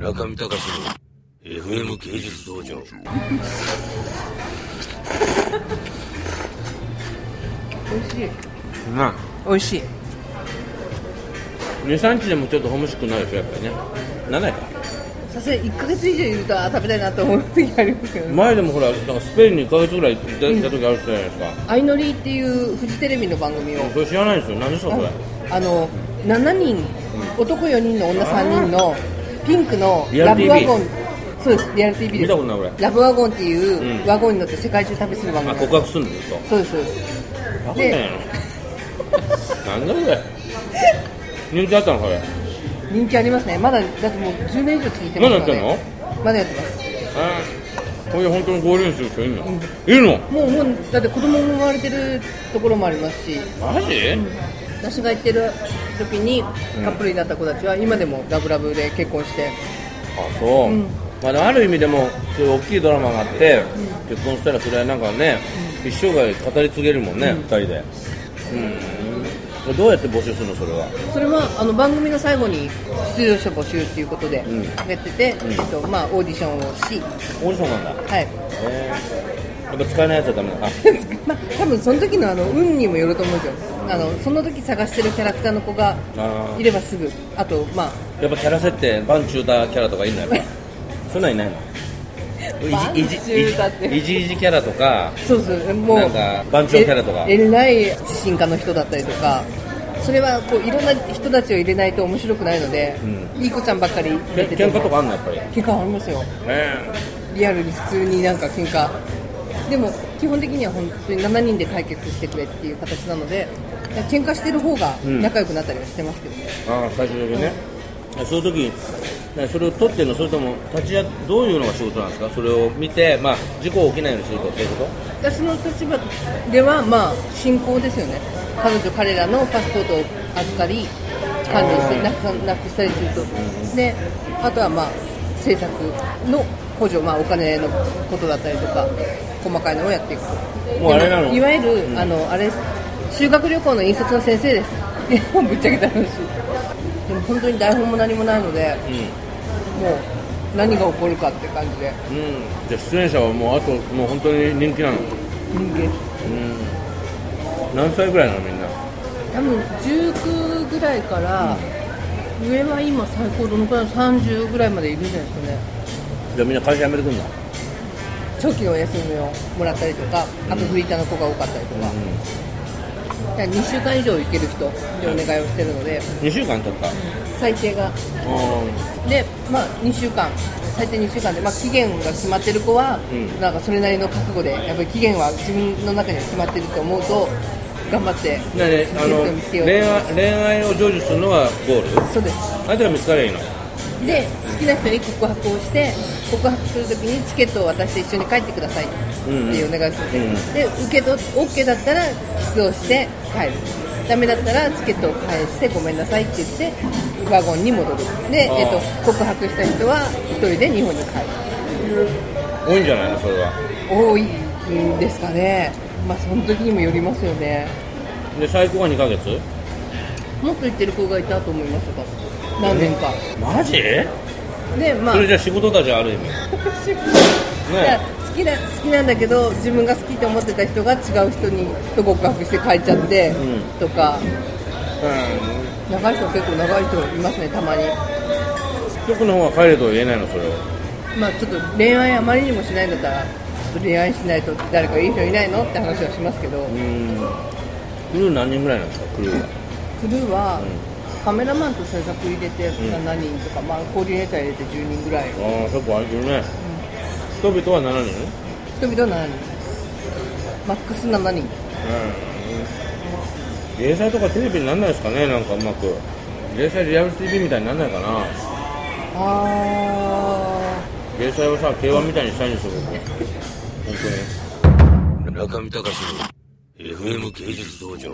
中見隆の FM 芸術道場うま美味しい23日でもちょっとほむしくなるでしょやっぱりねならないかさすがに1ヶ月以上いるとあー食べたいなと思う時ありますけどね前でもほらなんかスペインに1ヶ月ぐらい行っていた時あるじゃないですか、相乗りっていうフジテレビの番組をそれ知らないんですよ何でしょうこれあの7人、男4人の女3人のピンクのリアラルブ TV ワゴンそうですリアル TV です見たことない俺ラブワゴンってういんうワゴンに乗って世界中旅する番あ組告白するんですかそうですそうですバカだよなんだこれ人気あったのこれ人気ありますねまだだってもう10年以上続いてますから、ね、まだやってますえー、これ本当にゴールデンする人いるの、いるのもうもうだって子供も生まれてるところもありますしマジ、私が行ってる時にカップルになった子たちは今でもラブラブで結婚してあそう、うんまあ、でもある意味でもそういう大きいドラマがあって、結婚したらそれはなんかね、一生涯語り継げるもんね、二人でうんどうやって募集するのそれはそれはあの番組の最後に出場者募集っていうことでんやってて、んえっとまあ、オーディションをし、オーディションなんだはい えー、やっぱ使えないやつはダメだあまあ、多分その時のあの運にもよると思うんですよあのその時探してるキャラクターの子があいればすぐあと、まあ、ーやっぱキャラ設定バンチューターキャラとかいんのやっぱそんなんいないのバンチいじいューターってじいじいじキャラとかそうそうもうなんか番長キャラとかええらい自信家の人だったりとかそれはこういろんな人たちを入れないと面白くないので、いい子ちゃんばっかり入けれてて喧も嘩とかあんのやっぱり喧嘩ありますよえリアルに普通になんか喧嘩でも基本的には本当に7人で解決してくれっていう形なので喧嘩してる方がうん仲良くなったりはしてますけどね、ああ最終的にね、そういう時ねそれを取ってるのそれとも立ちやどういうのが仕事なんですかそれを見てまあ事故起きないようにするとそういうこ私の立場ではまあ信仰ですよね彼女彼らのパスポートを預かり管理してなくなくしたりするとであとはまあ制作の補助、まあ、お金のことだったりとか細かいのをやっていくともうあれなのいわゆる、うんあのあれ修学旅行の引率の先生ですぶっちゃけた話でも本当に台本も何もないのでうんもう何が起こるかって感じでうんじゃあ出演者はもうあともう本当に人気なの人間うん何歳ぐらいなのみんな多分19ぐらいから、上は今最高どのくらいの30ぐらいまでいるんじゃないですかねじゃあみんな会社辞めてくんだ長期のお休みをもらったりとかあとフリーターの子が多かったりとか,、だから2週間以上行ける人でお願いをしてるので2週間経ったあ最低があで、まあ、2週間最低2週間で、まあ、期限が決まってる子は、うんなんかそれなりの覚悟でやっぱり期限は自分の中には決まってると思うと頑張ってなにあの見つけよう恋愛恋愛を成就するのがゴールそうですあいつら見つかりゃいいので好きな人に告白をして告白するときにチケットを渡して一緒に帰ってくださいっていうお願いをする、うんうんで受け取って OK だったらキスをして帰るダメだったらチケットを返してごめんなさいって言ってワゴンに戻るで、あーえっと告白した人は一人で日本に帰る多いんじゃないのそれは多いんですかねまあその時にもよりますよねで最高が2ヶ月もっと行ってる子がいたと思いますよ多分何年かマジでまあそれじゃあ仕事だじゃんある意 味だから好きな好きなんだけど自分が好きって思ってた人が違う人にと告白して変えちゃって、んとかうん長い人結構長い人いますねたまに局の方は帰れとは言えないのそれをまあちょっと恋愛あまりにもしないんだったらちょっと恋愛しないと誰かいい人いないのって話はしますけど、うんクルー何人ぐらいなんですかクルーはクルーは、カメラマンと制作入れて7人とか、まあ、コーディネーター入れて10人ぐらいああそこ空いてるね、人々は7人人々は7人マックス7人うん連載とかテレビになんないですかねなんかうまく連載リアル TV みたいになんないかなああ連載をさ K1 みたいにしたいんですよ僕本当に中見隆の FM 芸術道場